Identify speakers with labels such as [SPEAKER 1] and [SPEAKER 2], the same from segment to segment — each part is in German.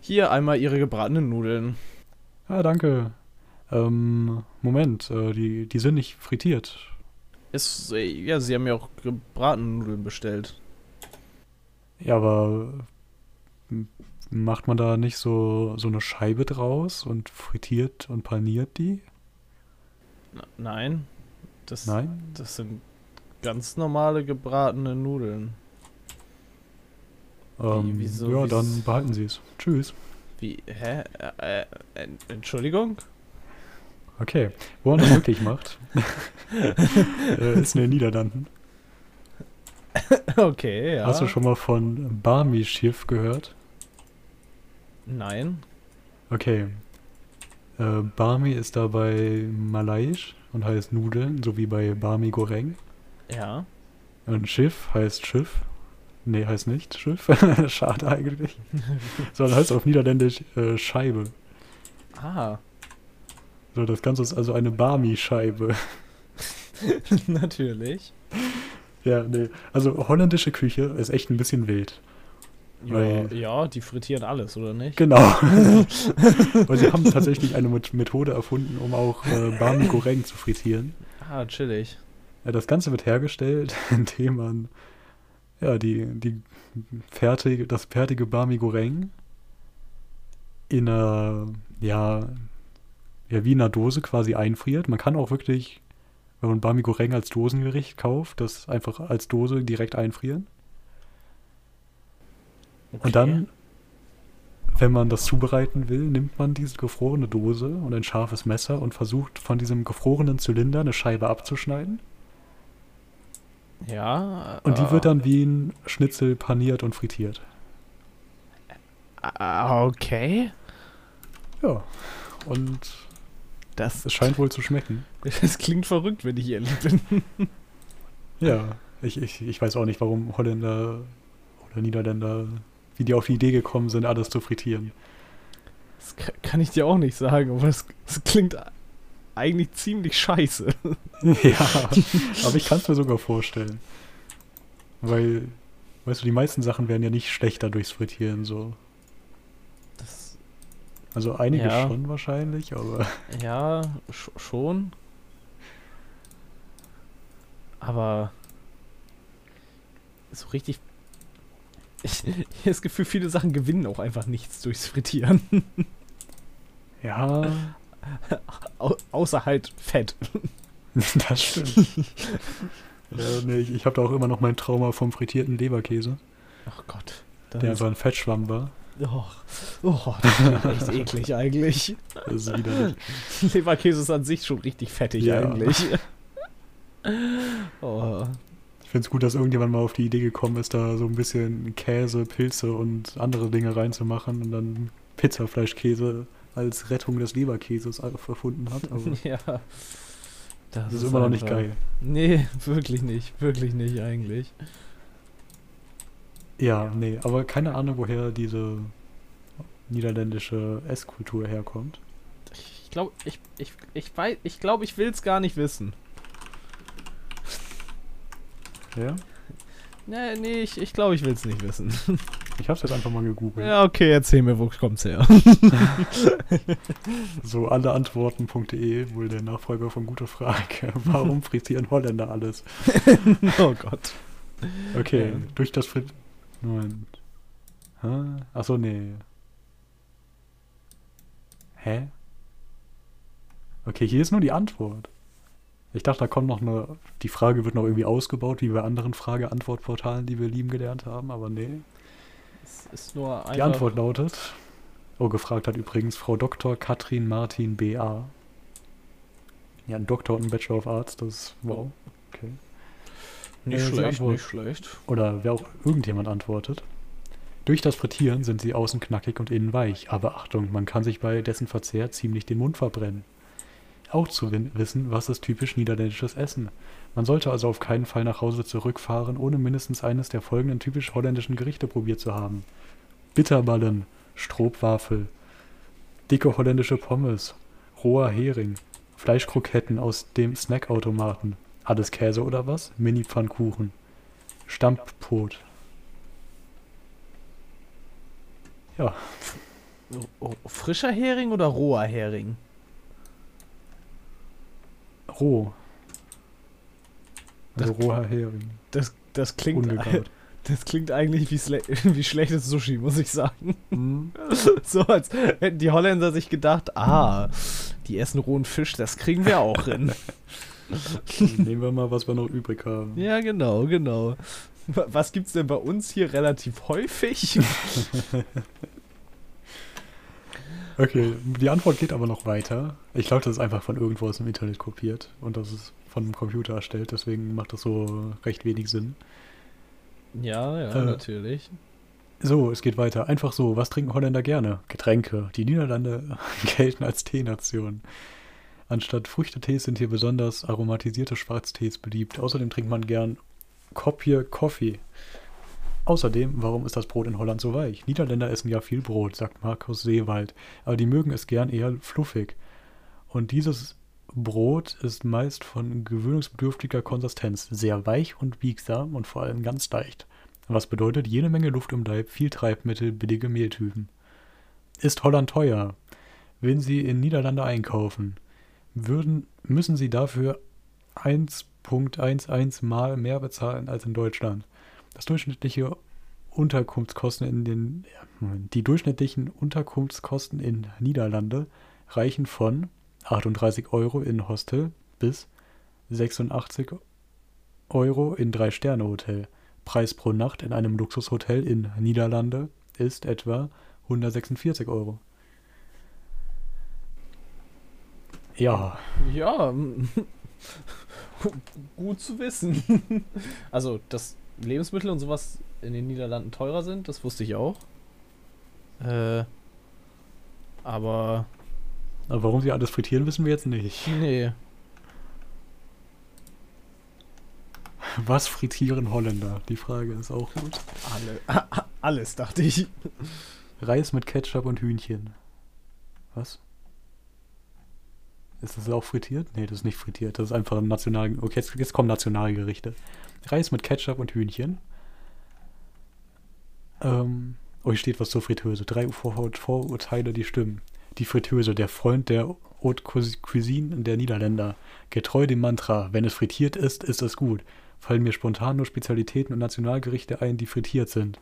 [SPEAKER 1] Hier einmal ihre gebratenen Nudeln.
[SPEAKER 2] Ah, danke. Ähm, Moment, äh, die, die sind nicht frittiert.
[SPEAKER 1] Es, äh, ja, sie haben ja auch gebratene Nudeln bestellt.
[SPEAKER 2] Ja, aber m- macht man da nicht so, so eine Scheibe draus und frittiert und paniert die?
[SPEAKER 1] Na, nein. Das,
[SPEAKER 2] Nein?
[SPEAKER 1] das sind ganz normale gebratene Nudeln.
[SPEAKER 2] Ähm,
[SPEAKER 1] wieso-
[SPEAKER 2] ja,
[SPEAKER 1] wieso-
[SPEAKER 2] dann behalten Sie es. Tschüss.
[SPEAKER 1] Wie, hä? Äh, äh, en- Entschuldigung?
[SPEAKER 2] Okay, wo man das wirklich macht, äh, ist in den Niederlanden.
[SPEAKER 1] Okay, ja.
[SPEAKER 2] Hast du schon mal von Barmi-Schiff gehört?
[SPEAKER 1] Nein.
[SPEAKER 2] Okay. Äh, Barmi ist da bei Malaiisch und heißt Nudeln, so wie bei Barmi Goreng.
[SPEAKER 1] Ja.
[SPEAKER 2] Und Schiff heißt Schiff. Nee, heißt nicht Schiff. Schade eigentlich. Sondern heißt auf Niederländisch äh, Scheibe.
[SPEAKER 1] Ah,
[SPEAKER 2] So, das Ganze ist also eine Barmi-Scheibe.
[SPEAKER 1] natürlich.
[SPEAKER 2] Ja, nee. Also holländische Küche ist echt ein bisschen wild.
[SPEAKER 1] Ja,
[SPEAKER 2] Weil-
[SPEAKER 1] ja, die frittieren alles, oder nicht?
[SPEAKER 2] Genau. und sie haben tatsächlich eine Met- Methode erfunden, um auch äh, Barmi Goreng zu frittieren.
[SPEAKER 1] Ah, chillig.
[SPEAKER 2] Ja, das Ganze wird hergestellt, indem man ja, die, die fertige, das fertige Barmi Goreng in einer, ja, ja, wie in einer Dose quasi einfriert. Man kann auch wirklich, wenn man Barmi Goreng als Dosengericht kauft, das einfach als Dose direkt einfrieren.
[SPEAKER 1] Okay.
[SPEAKER 2] Und dann, wenn man das zubereiten will, nimmt man diese gefrorene Dose und ein scharfes Messer und versucht von diesem gefrorenen Zylinder eine Scheibe abzuschneiden.
[SPEAKER 1] Ja.
[SPEAKER 2] Und die wird
[SPEAKER 1] ah,
[SPEAKER 2] dann wie ein Schnitzel paniert und frittiert.
[SPEAKER 1] Ah, okay.
[SPEAKER 2] Ja. Und
[SPEAKER 1] Das,
[SPEAKER 2] es scheint wohl zu schmecken.
[SPEAKER 1] das klingt verrückt, wenn ich ehrlich bin.
[SPEAKER 2] Ja. Ich, ich, ich weiß auch nicht, warum Holländer oder Niederländer, wie die auf die Idee gekommen sind, alles zu frittieren.
[SPEAKER 1] Das ka- kann ich dir auch nicht sagen, aber es es klingt eigentlich ziemlich scheiße.
[SPEAKER 2] Ja. aber ich kann es mir sogar vorstellen. Weil, weißt du, die meisten Sachen werden ja nicht schlechter durchs Frittieren so.
[SPEAKER 1] Das,
[SPEAKER 2] Also einige
[SPEAKER 1] Ja.
[SPEAKER 2] schon wahrscheinlich, aber
[SPEAKER 1] ja, sch schon. Aber so richtig. Ich, ich hab das Gefühl, viele Sachen gewinnen auch einfach nichts durchs Frittieren.
[SPEAKER 2] ja,
[SPEAKER 1] Au außer halt Fett.
[SPEAKER 2] das stimmt. ja, nee, ich ich habe da auch immer noch mein Trauma vom frittierten Leberkäse,
[SPEAKER 1] Ach Gott. Das
[SPEAKER 2] der
[SPEAKER 1] ist,
[SPEAKER 2] einfach ein Fettschwamm war.
[SPEAKER 1] oh, oh, das ist echt eklig eigentlich.
[SPEAKER 2] Das ist widerlich.
[SPEAKER 1] Leberkäse ist an sich schon richtig fettig
[SPEAKER 2] Ja.
[SPEAKER 1] eigentlich. oh.
[SPEAKER 2] Ich finde es gut, dass irgendjemand mal auf die Idee gekommen ist, da so ein bisschen Käse, Pilze und andere Dinge reinzumachen und dann Pizzafleischkäse als Rettung des Leberkäses erfunden hat. Aber
[SPEAKER 1] Ja.
[SPEAKER 2] das ist immer noch nicht
[SPEAKER 1] einfach-
[SPEAKER 2] geil.
[SPEAKER 1] Nee, wirklich nicht. Wirklich nicht eigentlich.
[SPEAKER 2] Ja, nee, aber keine Ahnung, woher diese niederländische Esskultur herkommt.
[SPEAKER 1] Ich glaube, ich, ich, ich weiß, ich glaube, ich will es gar nicht wissen.
[SPEAKER 2] Ja?
[SPEAKER 1] Nee, nee, ich, ich glaube, ich will es nicht wissen.
[SPEAKER 2] Ich habe es jetzt einfach mal gegoogelt.
[SPEAKER 1] Ja, okay, erzähl mir, wo kommt's her?
[SPEAKER 2] So alleantworten.de, wohl der Nachfolger von Gute Frage. Warum frittieren Holländer alles?
[SPEAKER 1] oh Gott.
[SPEAKER 2] Okay,
[SPEAKER 1] Ja.
[SPEAKER 2] durch das Frit... Moment. Hä? Achso, nee. Hä? Okay, hier ist nur die Antwort. Ich dachte, da kommt noch eine... Die Frage wird noch irgendwie ausgebaut, wie bei anderen Frage-Antwort-Portalen, die wir lieben gelernt haben, aber nee.
[SPEAKER 1] Es ist nur einfach.
[SPEAKER 2] Die Antwort lautet... Oh, gefragt hat übrigens Frau Dr. Katrin Martin B.A. Ja, ein Doktor und ein Bachelor of Arts, das... Wow. Okay.
[SPEAKER 1] Nicht
[SPEAKER 2] Äh, die
[SPEAKER 1] schlecht,
[SPEAKER 2] Antwort.
[SPEAKER 1] nicht schlecht.
[SPEAKER 2] oder wer auch irgendjemand antwortet. Durch das Frittieren sind sie außen knackig und innen weich, aber Achtung, man kann sich bei dessen Verzehr ziemlich den Mund verbrennen. Auch zu win- wissen, was ist typisch niederländisches Essen. Man sollte also auf keinen Fall nach Hause zurückfahren, ohne mindestens eines der folgenden typisch holländischen Gerichte probiert zu haben. Bitterballen, Stroopwafel, dicke holländische Pommes, roher Hering, Fleischkroketten aus dem Snackautomaten, alles Käse oder was? Mini-Pfannkuchen. Stamppot. Ja,
[SPEAKER 1] Oh, frischer Hering oder roher Hering?
[SPEAKER 2] Roh. Also
[SPEAKER 1] Das-
[SPEAKER 2] roher Hering.
[SPEAKER 1] Das, das, klingt,
[SPEAKER 2] Ungegart.
[SPEAKER 1] das klingt eigentlich wie, schle wie schlechtes Sushi, muss ich sagen.
[SPEAKER 2] Hm.
[SPEAKER 1] So, als hätten die Holländer sich gedacht, ah, die essen rohen Fisch, das kriegen wir auch hin.
[SPEAKER 2] Nehmen wir mal, was wir noch übrig haben.
[SPEAKER 1] ja, genau, genau. Wa- Was gibt's denn bei uns hier relativ häufig?
[SPEAKER 2] Okay, die Antwort geht aber noch weiter. Ich glaube, das ist einfach von irgendwo aus dem Internet kopiert und das ist von einem Computer erstellt, deswegen macht das so recht wenig Sinn.
[SPEAKER 1] Ja, ja,
[SPEAKER 2] Äh.
[SPEAKER 1] natürlich.
[SPEAKER 2] So, es geht weiter. Einfach so, was trinken Holländer gerne? Getränke. Die Niederlande gelten als Teenation. Anstatt Früchtetees sind hier besonders aromatisierte Schwarztees beliebt. Außerdem trinkt man gern Kopje Coffee. Außerdem, warum ist das Brot in Holland so weich? Niederländer essen ja viel Brot, sagt Markus Seewald, aber die mögen es gern eher fluffig. Und dieses Brot ist meist von gewöhnungsbedürftiger Konsistenz, sehr weich und biegsam und vor allem ganz leicht. Was bedeutet jede Menge Luft im Leib, viel Treibmittel, billige Mehltypen. Ist Holland teuer? Wenn Sie in Niederlande einkaufen, würden, müssen Sie dafür 1,11 Mal mehr bezahlen als in Deutschland. Das durchschnittliche Unterkunftskosten in den Moment, die durchschnittlichen Unterkunftskosten in Niederlande reichen von 38 Euro in Hostel bis 86 Euro in Drei-Sterne-Hotel. Preis pro Nacht in einem Luxushotel in Niederlande ist etwa 146 Euro. Ja,
[SPEAKER 1] Ja, m- gut zu wissen. Also, dass Lebensmittel und sowas in den Niederlanden teurer sind, das wusste ich auch. Äh, aber
[SPEAKER 2] aber warum sie alles frittieren, wissen wir jetzt nicht.
[SPEAKER 1] nee,
[SPEAKER 2] Was frittieren Holländer? Die Frage ist auch gut.
[SPEAKER 1] alle, alles dachte ich.
[SPEAKER 2] Reis mit Ketchup und Hühnchen. Was? Ist das auch frittiert? Nee, das ist nicht frittiert. Das ist einfach ein National... Okay, jetzt, jetzt kommen Nationalgerichte. Reis mit Ketchup und Hühnchen. Ähm, oh, hier steht was zur Fritteuse. Drei Vorur Vorurteile, die stimmen. Die Fritteuse, der Freund der Haute Cuis- Cuisine der Niederländer. Getreu dem Mantra, wenn es frittiert ist, ist es gut. Fallen mir spontan nur Spezialitäten und Nationalgerichte ein, die frittiert sind.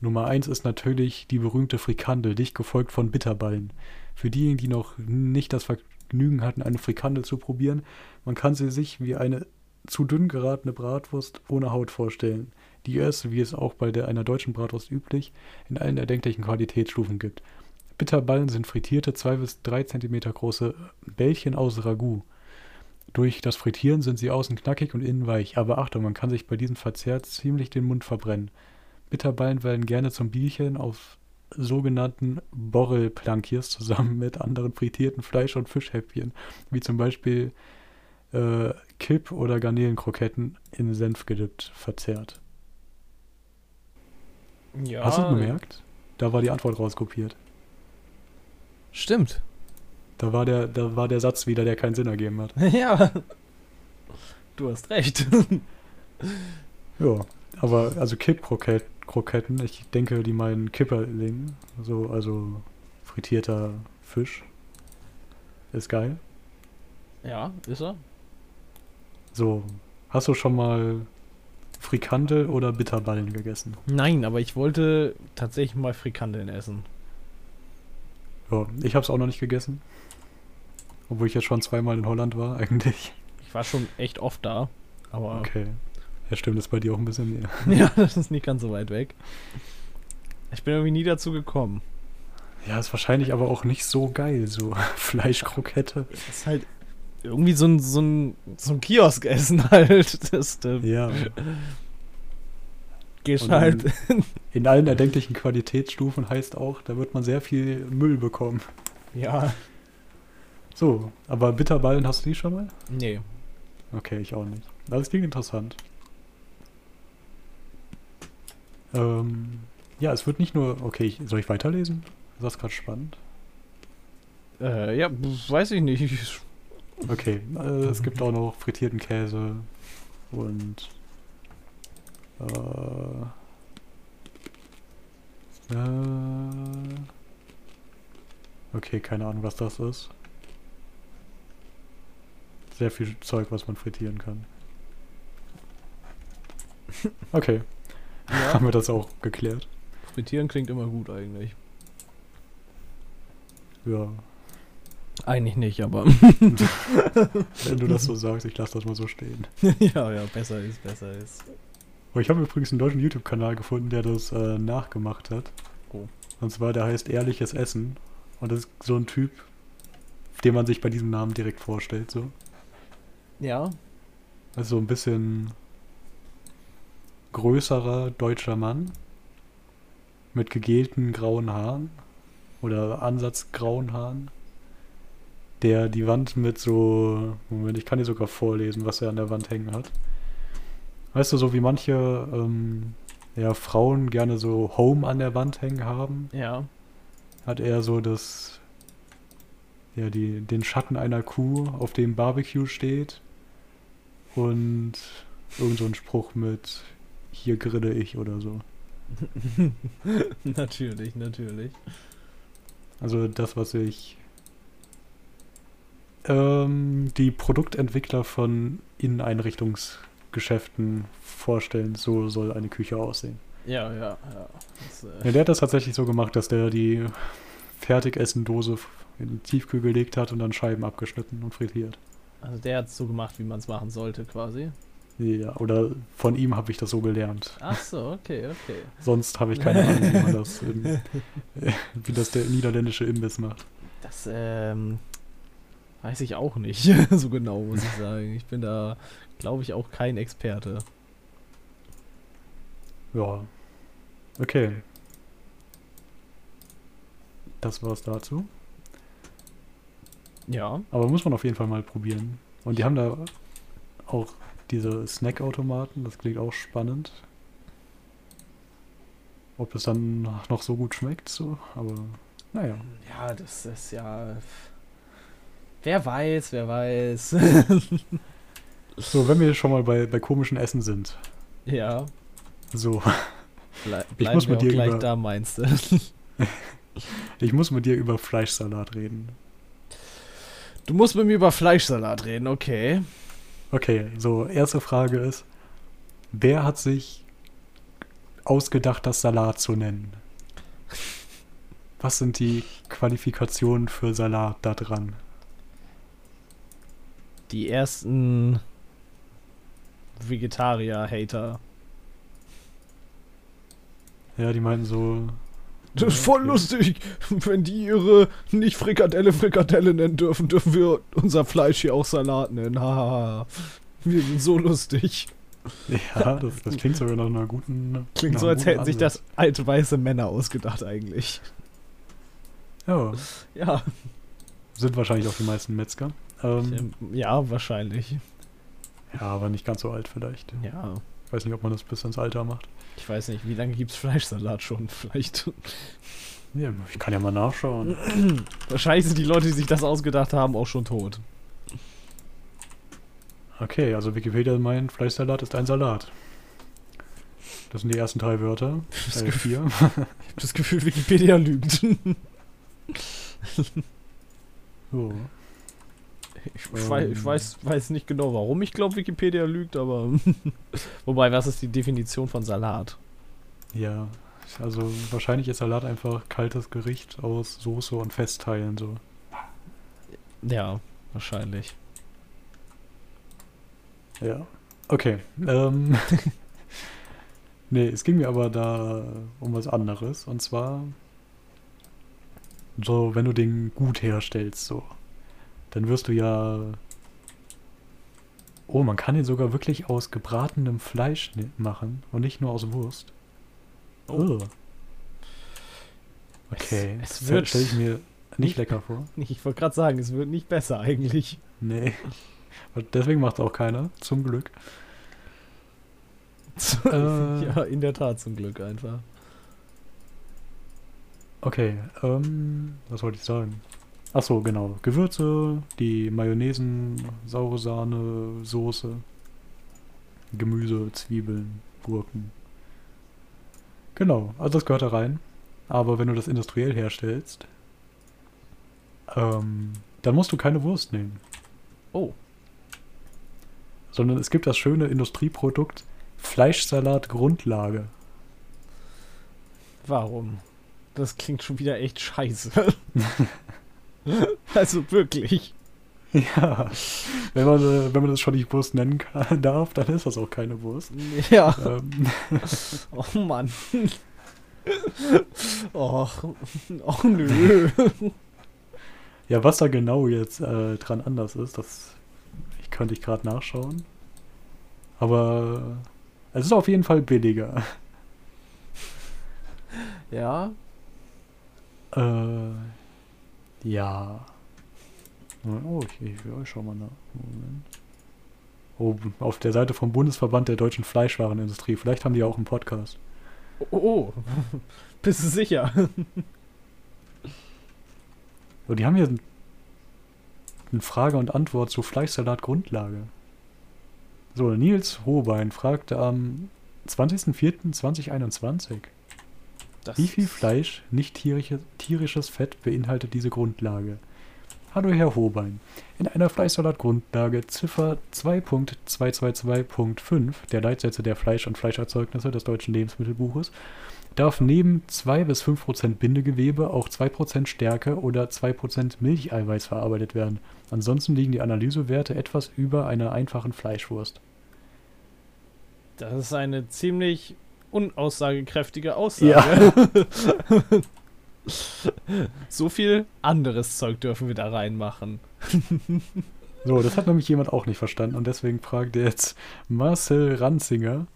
[SPEAKER 2] Nummer 1 ist natürlich die berühmte Frikandel, dicht gefolgt von Bitterballen. Für diejenigen, die noch nicht das Vergnügen hatten, eine Frikandel zu probieren, man kann sie sich wie eine zu dünn geratene Bratwurst ohne Haut vorstellen, die es, wie es auch bei der einer deutschen Bratwurst üblich, in allen erdenklichen Qualitätsstufen gibt. Bitterballen sind frittierte, 2 bis 3 cm große Bällchen aus Ragout. Durch das Frittieren sind sie außen knackig und innen weich, aber Achtung, man kann sich bei diesem Verzehr ziemlich den Mund verbrennen. Bitterballen werden gerne zum Bierchen auf sogenannten Borrelplankiers zusammen mit anderen frittierten Fleisch- und Fischhäppchen, wie zum Beispiel äh, Kipp- oder Garnelenkroketten in Senf gedippt, verzehrt.
[SPEAKER 1] Ja,
[SPEAKER 2] Hast du es bemerkt? Da war die Antwort rauskopiert.
[SPEAKER 1] Stimmt.
[SPEAKER 2] Da war der, da war der Satz wieder, der keinen Sinn ergeben hat.
[SPEAKER 1] Ja. Du hast recht.
[SPEAKER 2] Ja, aber also Kipp-Kroketten, ich denke, die meinen Kipperling, so, also frittierter Fisch. Ist geil.
[SPEAKER 1] Ja, ist er?
[SPEAKER 2] So, hast du schon mal Frikandel oder Bitterballen gegessen?
[SPEAKER 1] Nein, aber ich wollte tatsächlich mal Frikandeln essen.
[SPEAKER 2] Ja, ich habe es auch noch nicht gegessen. Obwohl ich jetzt schon zweimal in Holland war, eigentlich.
[SPEAKER 1] Ich war schon echt oft da, aber
[SPEAKER 2] Okay. Ja, stimmt, das ist bei dir auch ein bisschen näher.
[SPEAKER 1] Ja, das ist nicht ganz so weit weg. Ich bin irgendwie nie dazu gekommen.
[SPEAKER 2] Ja, ist wahrscheinlich aber auch nicht so geil, so Fleischkrokette.
[SPEAKER 1] Das ist halt irgendwie so ein, so ein, so ein Kioskessen halt. Das, da
[SPEAKER 2] Ja,
[SPEAKER 1] gehst
[SPEAKER 2] und dann-
[SPEAKER 1] halt.
[SPEAKER 2] in allen erdenklichen Qualitätsstufen heißt auch, da wird man sehr viel Müll bekommen.
[SPEAKER 1] Ja.
[SPEAKER 2] So, aber Bitterballen hast du die schon mal?
[SPEAKER 1] Nee.
[SPEAKER 2] Okay, ich auch nicht. Aber es klingt interessant. Ähm, ja, es wird nicht nur. Okay, ich, soll ich weiterlesen? Ist das gerade spannend?
[SPEAKER 1] Äh, ja, pf, weiß ich nicht.
[SPEAKER 2] Okay, äh, es gibt auch noch frittierten Käse und. Äh, äh, Okay, keine Ahnung, was das ist. Sehr viel Zeug, was man frittieren kann. Okay,
[SPEAKER 1] Ja,
[SPEAKER 2] haben wir das auch geklärt.
[SPEAKER 1] frittieren klingt immer gut eigentlich.
[SPEAKER 2] Ja,
[SPEAKER 1] Eigentlich nicht, aber.
[SPEAKER 2] wenn du das so sagst, ich lasse das mal so stehen.
[SPEAKER 1] ja, ja, besser ist, besser ist.
[SPEAKER 2] Oh, ich habe übrigens einen deutschen YouTube-Kanal gefunden, der das äh, nachgemacht hat.
[SPEAKER 1] Oh.
[SPEAKER 2] Und zwar, der heißt Ehrliches Essen. Und das ist so ein Typ, den man sich bei diesem Namen direkt vorstellt. So.
[SPEAKER 1] Ja,
[SPEAKER 2] Also so ein bisschen größerer deutscher Mann mit gegelten grauen Haaren oder ansatzgrauen Haaren, der die Wand mit so, Moment, ich kann dir sogar vorlesen, was er an der Wand hängen hat. Weißt du, so wie manche ähm, ja, Frauen gerne so Home an der Wand hängen haben,
[SPEAKER 1] ja.
[SPEAKER 2] hat er so das, ja, die, den Schatten einer Kuh, auf dem Barbecue steht. Und irgend so ein Spruch mit hier grille ich oder so.
[SPEAKER 1] natürlich, natürlich.
[SPEAKER 2] Also das, was ich ähm, die Produktentwickler von Inneneinrichtungsgeschäften vorstellen, so soll eine Küche aussehen.
[SPEAKER 1] Ja, ja, ja. Das, äh,
[SPEAKER 2] Ja, der hat das tatsächlich so gemacht, dass der die Fertigessendose in den Tiefkühl gelegt hat und dann Scheiben abgeschnitten und frittiert.
[SPEAKER 1] also der hat es so gemacht, wie man es machen sollte, quasi.
[SPEAKER 2] Ja, oder von ihm habe ich das so gelernt.
[SPEAKER 1] Ach so, okay, okay.
[SPEAKER 2] Sonst habe ich keine Ahnung, wie man das, in, wie das der niederländische Imbiss macht.
[SPEAKER 1] Das ähm, weiß ich auch nicht so genau, muss ich sagen. Ich bin da, glaube ich, auch kein Experte.
[SPEAKER 2] Ja. Okay. Das war's dazu.
[SPEAKER 1] Ja,
[SPEAKER 2] Aber muss man auf jeden Fall mal probieren. Und die haben da auch diese Snackautomaten, das klingt auch spannend. Ob das dann noch so gut schmeckt, so, aber naja.
[SPEAKER 1] ja, das ist ja. Wer weiß, wer weiß.
[SPEAKER 2] So, wenn wir schon mal bei, bei komischen Essen sind.
[SPEAKER 1] ja,
[SPEAKER 2] So,
[SPEAKER 1] ble
[SPEAKER 2] Ich
[SPEAKER 1] bleiben
[SPEAKER 2] muss
[SPEAKER 1] wir
[SPEAKER 2] mit
[SPEAKER 1] auch
[SPEAKER 2] dir
[SPEAKER 1] gleich
[SPEAKER 2] über-
[SPEAKER 1] da, meinst du?
[SPEAKER 2] ich muss mit dir über Fleischsalat reden.
[SPEAKER 1] Du musst mit mir über Fleischsalat reden, okay.
[SPEAKER 2] Okay, so erste Frage ist, wer hat sich ausgedacht, das Salat zu nennen? Was sind die Qualifikationen für Salat da dran?
[SPEAKER 1] Die ersten Vegetarier-Hater.
[SPEAKER 2] Ja, die meinten so,
[SPEAKER 1] Das ist voll
[SPEAKER 2] Okay.
[SPEAKER 1] lustig. Wenn die ihre nicht Frikadelle Frikadelle nennen dürfen, dürfen wir unser Fleisch hier auch Salat nennen. Haha. Wir sind so lustig.
[SPEAKER 2] ja, das, das klingt sogar nach einer guten.
[SPEAKER 1] Klingt
[SPEAKER 2] nach
[SPEAKER 1] so,
[SPEAKER 2] einem
[SPEAKER 1] als
[SPEAKER 2] guten
[SPEAKER 1] hätten sich
[SPEAKER 2] Ansatz.
[SPEAKER 1] das alte weiße Männer ausgedacht eigentlich.
[SPEAKER 2] Ja,
[SPEAKER 1] Ja,
[SPEAKER 2] sind wahrscheinlich auch die meisten Metzger. Ähm,
[SPEAKER 1] ja, wahrscheinlich.
[SPEAKER 2] ja, aber nicht ganz so alt vielleicht.
[SPEAKER 1] Ja.
[SPEAKER 2] Ich weiß nicht, ob man das bis ins Alter macht.
[SPEAKER 1] Ich weiß nicht, wie lange gibt's Fleischsalat schon? Vielleicht.
[SPEAKER 2] Ja, ich kann ja mal nachschauen.
[SPEAKER 1] Wahrscheinlich sind die Leute, die sich das ausgedacht haben, auch schon tot.
[SPEAKER 2] Okay, also Wikipedia meint, Fleischsalat ist ein Salat. Das sind die ersten drei Wörter.
[SPEAKER 1] Das
[SPEAKER 2] Äh, vier.
[SPEAKER 1] Ich hab das Gefühl, Wikipedia lügt.
[SPEAKER 2] So.
[SPEAKER 1] Ich, wei- ich
[SPEAKER 2] Ähm.
[SPEAKER 1] weiß, weiß nicht genau, warum ich glaube, Wikipedia lügt, aber. Wobei, was ist die Definition von Salat?
[SPEAKER 2] Ja, also wahrscheinlich ist Salat einfach kaltes Gericht aus Soße und Festteilen so.
[SPEAKER 1] Ja, wahrscheinlich.
[SPEAKER 2] Ja. Okay. Ähm, nee, es ging mir aber da um was anderes. Und zwar, so, wenn du den gut herstellst, so, dann wirst du ja. Oh, man kann den sogar wirklich aus gebratenem Fleisch ne- machen und nicht nur aus Wurst. Oh. Okay.
[SPEAKER 1] Es- es
[SPEAKER 2] das
[SPEAKER 1] wird-
[SPEAKER 2] stelle ich mir
[SPEAKER 1] nicht-
[SPEAKER 2] nicht lecker vor.
[SPEAKER 1] Ich wollte gerade sagen, es wird nicht besser eigentlich.
[SPEAKER 2] Nee. Und Deswegen macht auch keiner, zum Glück. Äh.
[SPEAKER 1] ja, in der Tat zum Glück einfach.
[SPEAKER 2] Okay, ähm, was wollte ich sagen? Ach so, genau. Gewürze, die Mayonnaisen, saure Sahne, Soße, Gemüse, Zwiebeln, Gurken. Genau, also das gehört da rein. Aber wenn du das industriell herstellst, Ähm, dann musst du keine Wurst nehmen.
[SPEAKER 1] Oh.
[SPEAKER 2] Sondern es gibt das schöne Industrieprodukt Fleischsalat Grundlage.
[SPEAKER 1] Warum? Das klingt schon wieder echt scheiße. also wirklich.
[SPEAKER 2] Ja. Wenn man, äh, wenn man das schon nicht Wurst nennen kann, darf, dann ist das auch keine Wurst.
[SPEAKER 1] Ja.
[SPEAKER 2] Ähm,
[SPEAKER 1] Oh Mann. Och, oh nö.
[SPEAKER 2] ja, was da genau jetzt äh, dran anders ist, das ich könnte ich gerade nachschauen. Aber äh, es ist auf jeden Fall billiger.
[SPEAKER 1] Ja,
[SPEAKER 2] Äh, ja. Oh, ich, ich, ja, ich schau mal nach. Moment. Oh, auf der Seite vom Bundesverband der deutschen Fleischwarenindustrie. Vielleicht haben die ja auch einen Podcast.
[SPEAKER 1] Oh, oh, oh. bist du sicher?
[SPEAKER 2] Oh, die haben hier eine Frage und Antwort zu Fleischsalat Grundlage. So, Nils Hobein fragte am 20.04.2021,
[SPEAKER 1] Das
[SPEAKER 2] wie viel Fleisch, nicht tierische, tierisches Fett beinhaltet diese Grundlage? Hallo Herr Hobein. In einer Fleischsalat-Grundlage Ziffer 2.222.5 der Leitsätze der Fleisch- und Fleischerzeugnisse des Deutschen Lebensmittelbuches darf neben 2 bis 5 Prozent Bindegewebe auch 2 Prozent Stärke oder 2 Prozent Milcheiweiß verarbeitet werden. Ansonsten liegen die Analysewerte etwas über einer einfachen Fleischwurst.
[SPEAKER 1] Das ist eine ziemlich unaussagekräftige Aussage.
[SPEAKER 2] Ja.
[SPEAKER 1] So viel anderes Zeug dürfen wir da reinmachen.
[SPEAKER 2] So, das hat nämlich jemand auch nicht verstanden und deswegen fragt er jetzt Marcel Ranzinger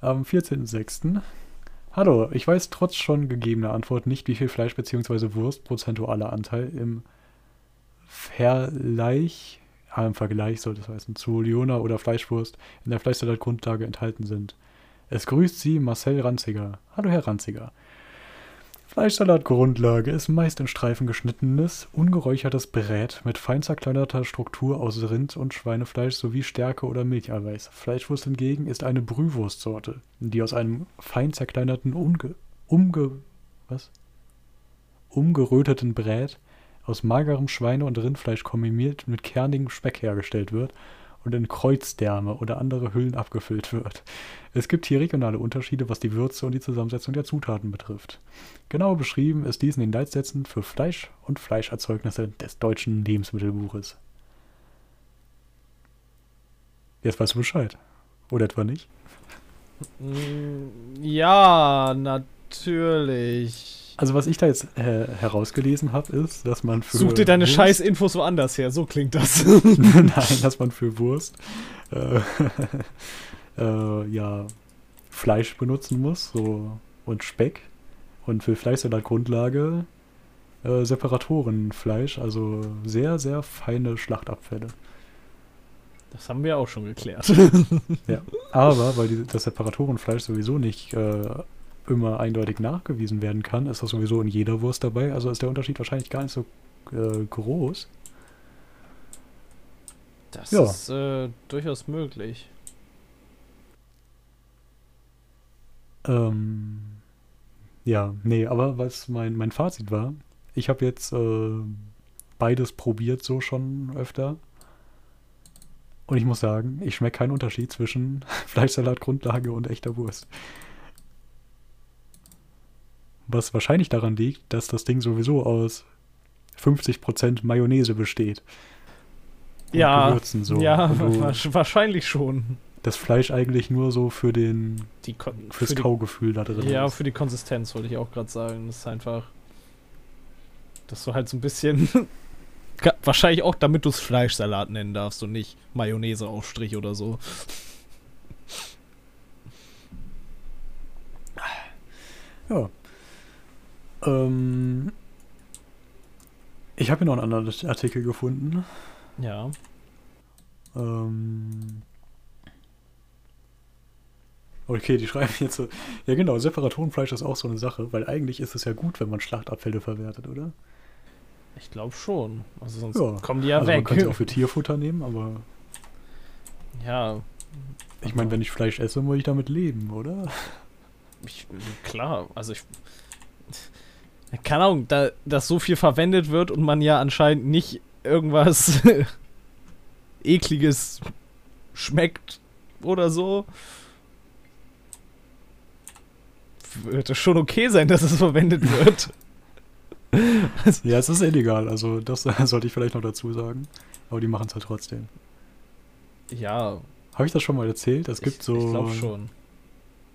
[SPEAKER 2] am 14.06. Hallo, ich weiß trotz schon gegebener Antwort nicht, wie viel Fleisch bzw. Wurst prozentualer Anteil im Vergleich, ah, im Vergleich soll das heißen, zu Leona oder Fleischwurst in der Fleischsalat-Grundlage enthalten sind. Es grüßt Sie Marcel Ranziger. Hallo Herr Ranziger. Fleischsalatgrundlage ist meist in Streifen geschnittenes, ungeräuchertes Brät mit fein zerkleinerter Struktur aus Rind- und Schweinefleisch sowie Stärke oder Milcheiweiß. Fleischwurst hingegen ist eine Brühwurstsorte, die aus einem fein zerkleinerten, unge umge was? umgeröteten Brät aus magerem Schweine- und Rindfleisch kombiniert mit kernigem Speck hergestellt wird und in Kreuzdärme oder andere Hüllen abgefüllt wird. Es gibt hier regionale Unterschiede, was die Würze und die Zusammensetzung der Zutaten betrifft. Genau beschrieben ist dies in den Leitsätzen für Fleisch und Fleischerzeugnisse des deutschen Lebensmittelbuches. Jetzt weißt du Bescheid. Oder etwa nicht?
[SPEAKER 1] Mm, Ja, natürlich.
[SPEAKER 2] Also was ich da jetzt äh, herausgelesen habe, ist, dass man für
[SPEAKER 1] Such dir deine
[SPEAKER 2] Wurst-
[SPEAKER 1] scheiß Infos woanders her, so klingt das.
[SPEAKER 2] Nein, dass man für Wurst äh, äh, ja Fleisch benutzen muss so, und Speck. Und für Fleischsalat Grundlage äh, Separatorenfleisch, also sehr, sehr feine Schlachtabfälle.
[SPEAKER 1] Das haben wir auch schon geklärt.
[SPEAKER 2] Aber weil die, das Separatorenfleisch sowieso nicht äh, immer eindeutig nachgewiesen werden kann, ist das sowieso in jeder Wurst dabei. Also ist der Unterschied wahrscheinlich gar nicht so äh, groß.
[SPEAKER 1] Das
[SPEAKER 2] Ja.
[SPEAKER 1] ist äh, durchaus möglich.
[SPEAKER 2] Ähm, ja, nee, aber was mein, mein Fazit war, ich habe jetzt äh, beides probiert, so schon öfter. Und ich muss sagen, ich schmecke keinen Unterschied zwischen Fleischsalatgrundlage und echter Wurst. Was wahrscheinlich daran liegt, dass das Ding sowieso aus 50% Mayonnaise besteht. Und
[SPEAKER 1] Ja,
[SPEAKER 2] Gewürzen so.
[SPEAKER 1] ja,
[SPEAKER 2] Und du
[SPEAKER 1] wahrsch- wahrscheinlich schon.
[SPEAKER 2] das Fleisch eigentlich nur so für den,
[SPEAKER 1] Die Kon für
[SPEAKER 2] fürs
[SPEAKER 1] die
[SPEAKER 2] Kaugefühl da drin
[SPEAKER 1] Ja,
[SPEAKER 2] ist.
[SPEAKER 1] für die Konsistenz wollte ich auch gerade sagen. Das ist einfach, dass du halt so ein bisschen. Ka- Wahrscheinlich auch, damit du es Fleischsalat nennen darfst und nicht Mayonnaise-Aufstrich oder so.
[SPEAKER 2] Ja. Ähm, ich habe hier noch einen anderen Artikel gefunden.
[SPEAKER 1] Ja.
[SPEAKER 2] Ähm, okay, die schreiben jetzt so. Ja, genau, Separatorenfleisch ist auch so eine Sache, weil eigentlich ist es ja gut, wenn man Schlachtabfälle verwertet, oder?
[SPEAKER 1] Ich glaube schon. Also sonst
[SPEAKER 2] Ja,
[SPEAKER 1] kommen die ja
[SPEAKER 2] also man
[SPEAKER 1] weg.
[SPEAKER 2] kann es auch für Tierfutter nehmen, aber
[SPEAKER 1] ja,
[SPEAKER 2] ich meine, wenn ich Fleisch esse, muss ich damit leben, oder?
[SPEAKER 1] ich, klar. Also ich. Keine Ahnung, da das so viel verwendet wird und man ja anscheinend nicht irgendwas ekliges schmeckt oder so, wird es schon okay sein, dass es verwendet wird.
[SPEAKER 2] Ja, es ist illegal, also das sollte ich vielleicht noch dazu sagen. Aber die machen es halt trotzdem.
[SPEAKER 1] ja,
[SPEAKER 2] Habe ich das schon mal erzählt? Es gibt
[SPEAKER 1] ich,
[SPEAKER 2] so.
[SPEAKER 1] ich glaube schon.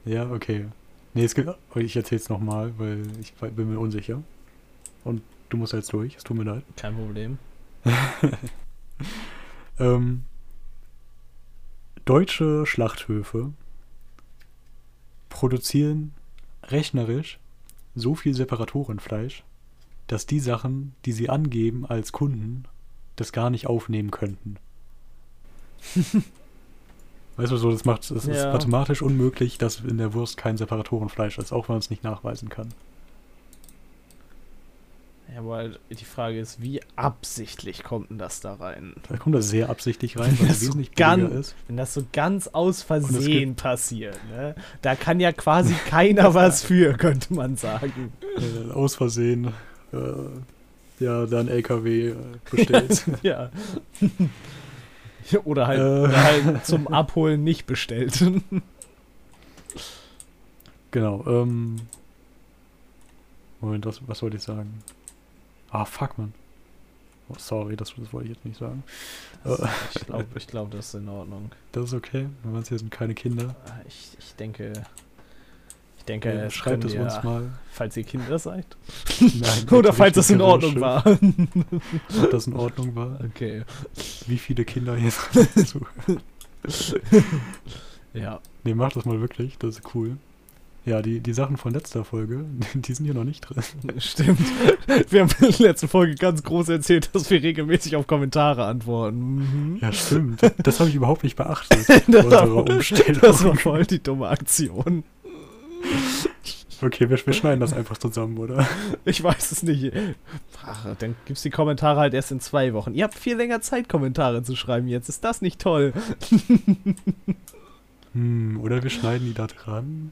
[SPEAKER 2] Ja, okay. Nee, es gibt. oh, Ich erzähl's nochmal, weil ich we- bin mir unsicher. Und du musst jetzt durch, es tut mir leid.
[SPEAKER 1] Kein Problem.
[SPEAKER 2] Ähm, deutsche Schlachthöfe produzieren rechnerisch so viel Separatorenfleisch, dass die Sachen, die sie angeben als Kunden, das gar nicht aufnehmen könnten. weißt du so, das macht es ist
[SPEAKER 1] Ja.
[SPEAKER 2] mathematisch unmöglich, dass in der Wurst kein Separatorenfleisch ist, auch wenn man es nicht nachweisen kann.
[SPEAKER 1] Ja, aber halt die Frage ist, wie absichtlich kommt denn das da rein?
[SPEAKER 2] Da kommt das sehr absichtlich rein, weil
[SPEAKER 1] Das
[SPEAKER 2] es
[SPEAKER 1] ist
[SPEAKER 2] wesentlich
[SPEAKER 1] ganz-
[SPEAKER 2] billiger ist.
[SPEAKER 1] Wenn das so ganz aus
[SPEAKER 2] es gibt-
[SPEAKER 1] Versehen passiert, ne? Da kann ja quasi keiner was für, könnte man sagen.
[SPEAKER 2] äh, aus Versehen äh, ja dann LKW äh, bestellt.
[SPEAKER 1] Ja. Oder halt,
[SPEAKER 2] Äh.
[SPEAKER 1] oder halt zum Abholen nicht bestellt.
[SPEAKER 2] genau. Ähm, Moment, was, was wollte ich sagen? Ah, fuck, man. Oh, sorry, das, das wollte ich jetzt nicht sagen. Oh.
[SPEAKER 1] Das, ich glaube, ich glaub, das ist in Ordnung.
[SPEAKER 2] Das ist okay, wenn man es hier sind keine Kinder.
[SPEAKER 1] Ich, ich denke. Ich denke,
[SPEAKER 2] Äh,
[SPEAKER 1] es
[SPEAKER 2] schreibt
[SPEAKER 1] können
[SPEAKER 2] es
[SPEAKER 1] ihr,
[SPEAKER 2] uns mal.
[SPEAKER 1] falls ihr Kinder seid.
[SPEAKER 2] Nein,
[SPEAKER 1] Oder
[SPEAKER 2] natürlich
[SPEAKER 1] falls das in Ordnung
[SPEAKER 2] nicht,
[SPEAKER 1] war.
[SPEAKER 2] Ob das in Ordnung war,
[SPEAKER 1] Okay.
[SPEAKER 2] wie viele Kinder hier sind.
[SPEAKER 1] Ja.
[SPEAKER 2] nee, mach das mal wirklich, das ist cool. Ja, die, die Sachen von letzter Folge, die sind hier noch nicht drin.
[SPEAKER 1] Stimmt. Wir haben in der letzten Folge ganz groß erzählt, dass wir regelmäßig auf Kommentare antworten. Mhm.
[SPEAKER 2] Ja, stimmt. Das habe ich überhaupt nicht beachtet.
[SPEAKER 1] Das,
[SPEAKER 2] unserer
[SPEAKER 1] war-
[SPEAKER 2] Umstellung.
[SPEAKER 1] das war voll die dumme Aktion.
[SPEAKER 2] Okay, wir, wir schneiden das einfach zusammen, oder?
[SPEAKER 1] Ich weiß es nicht. Ach, dann gibt's die Kommentare halt erst in zwei Wochen. Ihr habt viel länger Zeit, Kommentare zu schreiben jetzt. Ist das nicht toll?
[SPEAKER 2] Hm, oder wir schneiden die da dran.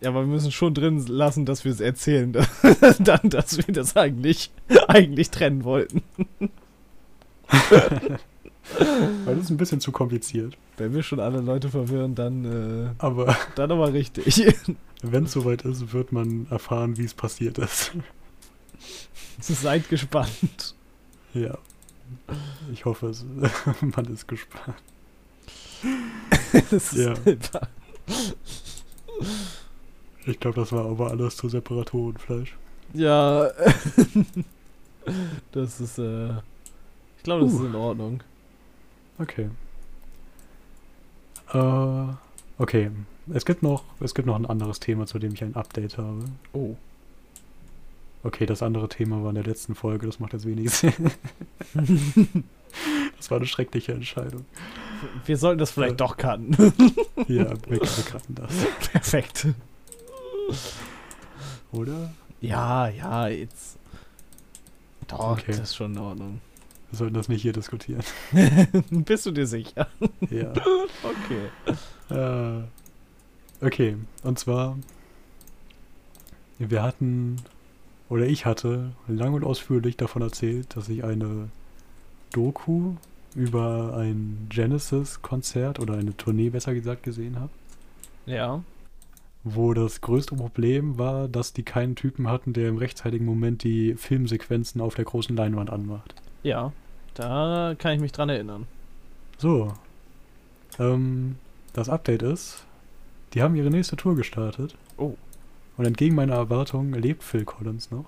[SPEAKER 1] Ja, aber wir müssen schon drin lassen, dass wir es erzählen. Dann, dass wir das eigentlich, eigentlich trennen wollten.
[SPEAKER 2] Weil das ist ein bisschen zu kompliziert.
[SPEAKER 1] Wenn wir schon alle Leute verwirren, dann,
[SPEAKER 2] Aber
[SPEAKER 1] äh, dann aber richtig.
[SPEAKER 2] wenn es soweit ist, wird man erfahren, wie es passiert ist.
[SPEAKER 1] Seid gespannt.
[SPEAKER 2] Ja. Ich hoffe, es, man ist gespannt.
[SPEAKER 1] Das
[SPEAKER 2] Ja.
[SPEAKER 1] ist
[SPEAKER 2] Ich glaube, das war aber alles zu Separatorenfleisch.
[SPEAKER 1] Ja, das ist, äh, ich glaube, das ist in Ordnung.
[SPEAKER 2] Okay. Äh, okay. Es gibt, noch, es gibt noch ein anderes Thema, zu dem ich ein Update habe.
[SPEAKER 1] Oh.
[SPEAKER 2] Okay, das andere Thema war in der letzten Folge, das macht jetzt wenig Sinn. das war eine schreckliche Entscheidung.
[SPEAKER 1] Wir sollten das
[SPEAKER 2] Äh.
[SPEAKER 1] vielleicht doch cutten.
[SPEAKER 2] Ja, wir, wir cutten das.
[SPEAKER 1] Perfekt.
[SPEAKER 2] Oder?
[SPEAKER 1] Ja, ja, jetzt. Doch,
[SPEAKER 2] Okay.
[SPEAKER 1] das ist schon in Ordnung.
[SPEAKER 2] Wir sollten das nicht hier diskutieren.
[SPEAKER 1] Bist du dir sicher?
[SPEAKER 2] Ja.
[SPEAKER 1] Okay.
[SPEAKER 2] äh, okay, und zwar, wir hatten, oder ich hatte, lang und ausführlich davon erzählt, dass ich eine Doku über ein Genesis-Konzert oder eine Tournee, besser gesagt, gesehen habe.
[SPEAKER 1] Ja.
[SPEAKER 2] wo das größte Problem war, dass die keinen Typen hatten, der im rechtzeitigen Moment die Filmsequenzen auf der großen Leinwand anmacht.
[SPEAKER 1] Ja. Da kann ich mich dran erinnern.
[SPEAKER 2] So. Ähm, das Update ist, die haben ihre nächste Tour gestartet.
[SPEAKER 1] Oh.
[SPEAKER 2] Und entgegen meiner Erwartung lebt Phil Collins noch.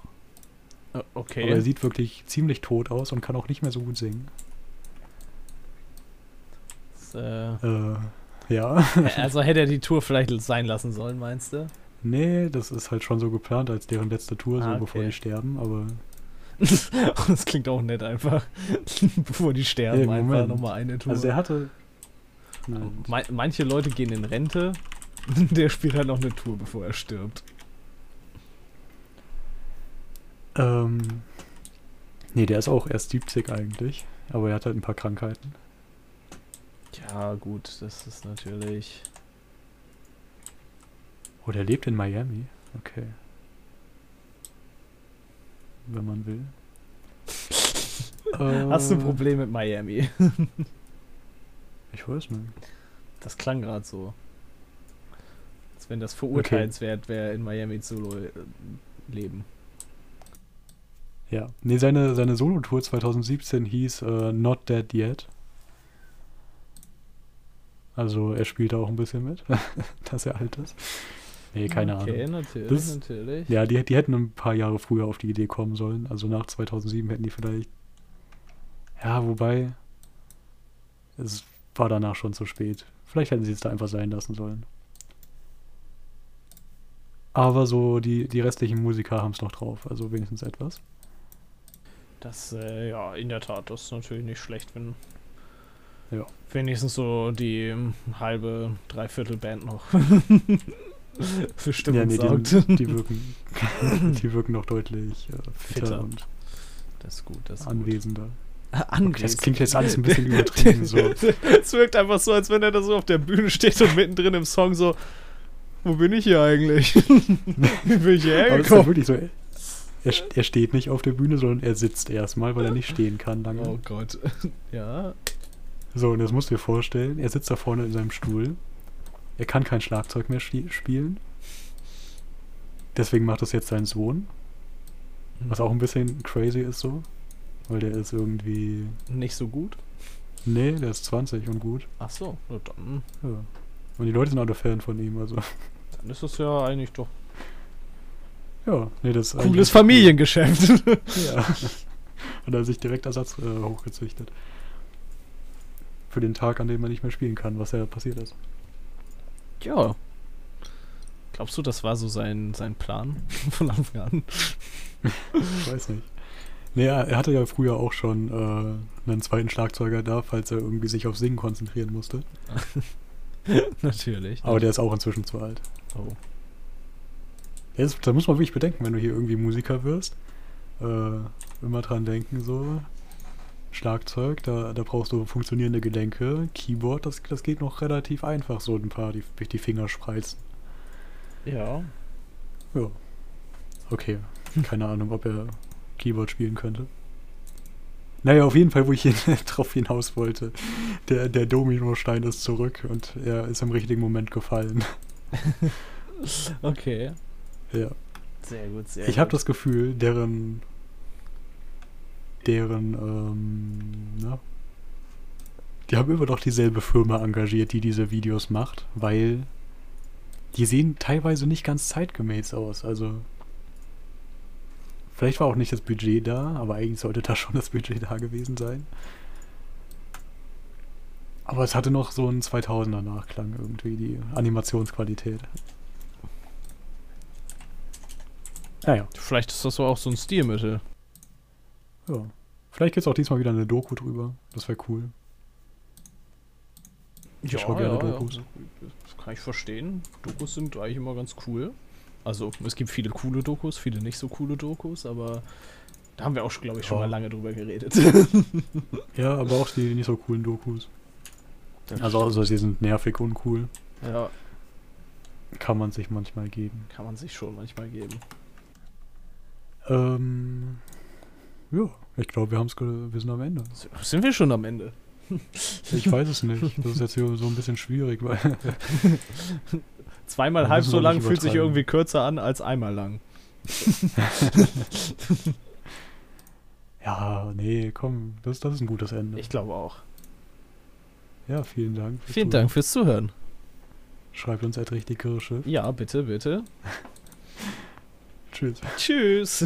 [SPEAKER 1] Äh,
[SPEAKER 2] Aber er
[SPEAKER 1] Okay.
[SPEAKER 2] sieht wirklich ziemlich tot aus und kann auch nicht mehr so gut singen.
[SPEAKER 1] Das, äh,
[SPEAKER 2] Äh, ja.
[SPEAKER 1] also hätte er die Tour vielleicht sein lassen sollen, meinst du?
[SPEAKER 2] nee, das ist halt schon so geplant als deren letzte Tour, so
[SPEAKER 1] Ah,
[SPEAKER 2] bevor
[SPEAKER 1] okay.
[SPEAKER 2] die sterben. Aber
[SPEAKER 1] das klingt auch nett einfach. Bevor die sterben,
[SPEAKER 2] Ja, im
[SPEAKER 1] einfach
[SPEAKER 2] Moment.
[SPEAKER 1] nochmal eine Tour.
[SPEAKER 2] also er hatte... Nein.
[SPEAKER 1] Ma- Manche Leute gehen in Rente. Der spielt halt noch eine Tour, bevor er stirbt.
[SPEAKER 2] Ähm, nee, der ist auch erst 70 eigentlich, aber er hat halt ein paar Krankheiten.
[SPEAKER 1] Ja, gut, das ist natürlich.
[SPEAKER 2] Oh, der lebt in Miami. Okay. wenn man will.
[SPEAKER 1] Hast du ein
[SPEAKER 2] Äh,
[SPEAKER 1] Problem mit Miami?
[SPEAKER 2] Ich weiß nicht.
[SPEAKER 1] Das klang gerade so. Als wenn das verurteilswert wäre, in Miami zu lo- äh, leben.
[SPEAKER 2] Ja. Nee, seine, seine Solo-Tour 2017 hieß äh, Not Dead Yet. Also er spielt da auch ein bisschen mit, dass er alt ist. Nee, keine
[SPEAKER 1] okay,
[SPEAKER 2] Ahnung.
[SPEAKER 1] natürlich,
[SPEAKER 2] Das-
[SPEAKER 1] natürlich.
[SPEAKER 2] Ja, die, die hätten ein paar Jahre früher auf die Idee kommen sollen. Also nach 2007 hätten die vielleicht. Ja, wobei. Es war danach schon zu spät. Vielleicht hätten sie es da einfach sein lassen sollen. Aber so, die, die restlichen Musiker haben es noch drauf. Also wenigstens etwas.
[SPEAKER 1] Das, äh, ja, in der Tat, das ist natürlich nicht schlecht, wenn
[SPEAKER 2] Ja.
[SPEAKER 1] wenigstens so die ähm, halbe, dreiviertel Band noch für Stimmen
[SPEAKER 2] ja,
[SPEAKER 1] sorgt.
[SPEAKER 2] die, die wirken. die wirken noch deutlich äh, fitter,
[SPEAKER 1] Fitter.
[SPEAKER 2] und
[SPEAKER 1] das ist gut, das ist gut.
[SPEAKER 2] anwesender.
[SPEAKER 1] Anwesend.
[SPEAKER 2] Hm, Das klingt jetzt alles ein bisschen übertrieben. So.
[SPEAKER 1] Es wirkt einfach so, als wenn er da so auf der Bühne steht und mittendrin im Song so, wo bin ich hier eigentlich? Wie bin ich hierher
[SPEAKER 2] Aber es ist ja
[SPEAKER 1] gekommen?
[SPEAKER 2] wirklich so. Er, er steht nicht auf der Bühne, sondern er sitzt erstmal, weil er nicht stehen kann lange.
[SPEAKER 1] Oh Gott. Ja.
[SPEAKER 2] So, und das musst du dir vorstellen. Er sitzt da vorne in seinem Stuhl. Er kann kein Schlagzeug mehr schli- spielen. Deswegen macht das jetzt sein Sohn. Was auch ein bisschen crazy ist so. Weil der ist irgendwie.
[SPEAKER 1] Nicht so gut.
[SPEAKER 2] Nee, der ist 20 und gut.
[SPEAKER 1] Ach so, na dann,
[SPEAKER 2] Ja. Und die Leute sind alle Fan von ihm. Also,
[SPEAKER 1] dann ist das ja eigentlich doch
[SPEAKER 2] ja. Nee, das ist
[SPEAKER 1] cooles
[SPEAKER 2] eigentlich-
[SPEAKER 1] Familiengeschäft.
[SPEAKER 2] Ja. Hat er sich direkt Ersatz äh, hochgezüchtet. Für den Tag, an dem er nicht mehr spielen kann, was ja passiert ist.
[SPEAKER 1] ja. Glaubst du, das war so sein, sein Plan von Anfang an?
[SPEAKER 2] Ich weiß nicht. Naja, er hatte ja früher auch schon äh, einen zweiten Schlagzeuger da, falls er irgendwie sich auf Singen konzentrieren musste.
[SPEAKER 1] Natürlich.
[SPEAKER 2] Aber der ist auch inzwischen zu alt.
[SPEAKER 1] Oh.
[SPEAKER 2] Der ist, da muss man wirklich bedenken, wenn du hier irgendwie Musiker wirst. Äh, immer dran denken, so. Schlagzeug, da, da brauchst du funktionierende Gelenke. Keyboard, das, das geht noch relativ einfach, so ein paar, die durch die Finger spreizen.
[SPEAKER 1] Ja.
[SPEAKER 2] Ja. Okay. Keine Ahnung, ob er Keyboard spielen könnte. Naja, auf jeden Fall, wo ich hin, drauf hinaus wollte. Der, der Dominostein ist zurück und er ist im richtigen Moment gefallen.
[SPEAKER 1] Okay.
[SPEAKER 2] Ja.
[SPEAKER 1] Sehr gut, sehr
[SPEAKER 2] Ich habe das Gefühl, deren. deren. Ähm, na? Die haben immer noch dieselbe Firma engagiert, die diese Videos macht, weil. Die sehen teilweise nicht ganz zeitgemäß aus. Also. Vielleicht war auch nicht das Budget da, aber eigentlich sollte da schon das Budget da gewesen sein. Aber es hatte noch so einen 2000er Nachklang irgendwie, die Animationsqualität. Naja.
[SPEAKER 1] Vielleicht ist das so auch so ein Stilmittel.
[SPEAKER 2] Ja. Vielleicht gibt es auch diesmal wieder eine Doku drüber. Das wäre cool. Ich schau gerne Dokus.
[SPEAKER 1] Das kann ich verstehen. Dokus sind eigentlich immer ganz cool. Also, es gibt viele coole Dokus, viele nicht so coole Dokus, aber da haben wir auch, glaube ich, schon
[SPEAKER 2] Ja.
[SPEAKER 1] mal lange drüber geredet.
[SPEAKER 2] Ja, aber auch die nicht so coolen Dokus. Also, also sie sind nervig uncool.
[SPEAKER 1] ja,
[SPEAKER 2] Kann man sich manchmal geben.
[SPEAKER 1] kann man sich schon manchmal geben.
[SPEAKER 2] Ähm. Ja, ich glaube, wir, haben's ge- wir sind am Ende.
[SPEAKER 1] Sind wir schon am Ende?
[SPEAKER 2] Ich weiß es nicht. Das ist jetzt hier so ein bisschen schwierig, weil.
[SPEAKER 1] Zweimal
[SPEAKER 2] Wir
[SPEAKER 1] halb
[SPEAKER 2] müssen
[SPEAKER 1] so
[SPEAKER 2] doch
[SPEAKER 1] lang
[SPEAKER 2] nicht
[SPEAKER 1] fühlt sich
[SPEAKER 2] übertreiben.
[SPEAKER 1] irgendwie kürzer an als einmal lang.
[SPEAKER 2] Ja, nee, komm, das, das ist ein gutes Ende.
[SPEAKER 1] Ich glaube auch.
[SPEAKER 2] Ja, vielen Dank. fürs
[SPEAKER 1] Vielen
[SPEAKER 2] Zuhören.
[SPEAKER 1] Dank fürs Zuhören.
[SPEAKER 2] Schreibt uns at richtig Kirsche.
[SPEAKER 1] Ja, bitte, bitte.
[SPEAKER 2] Tschüss.
[SPEAKER 1] Tschüss.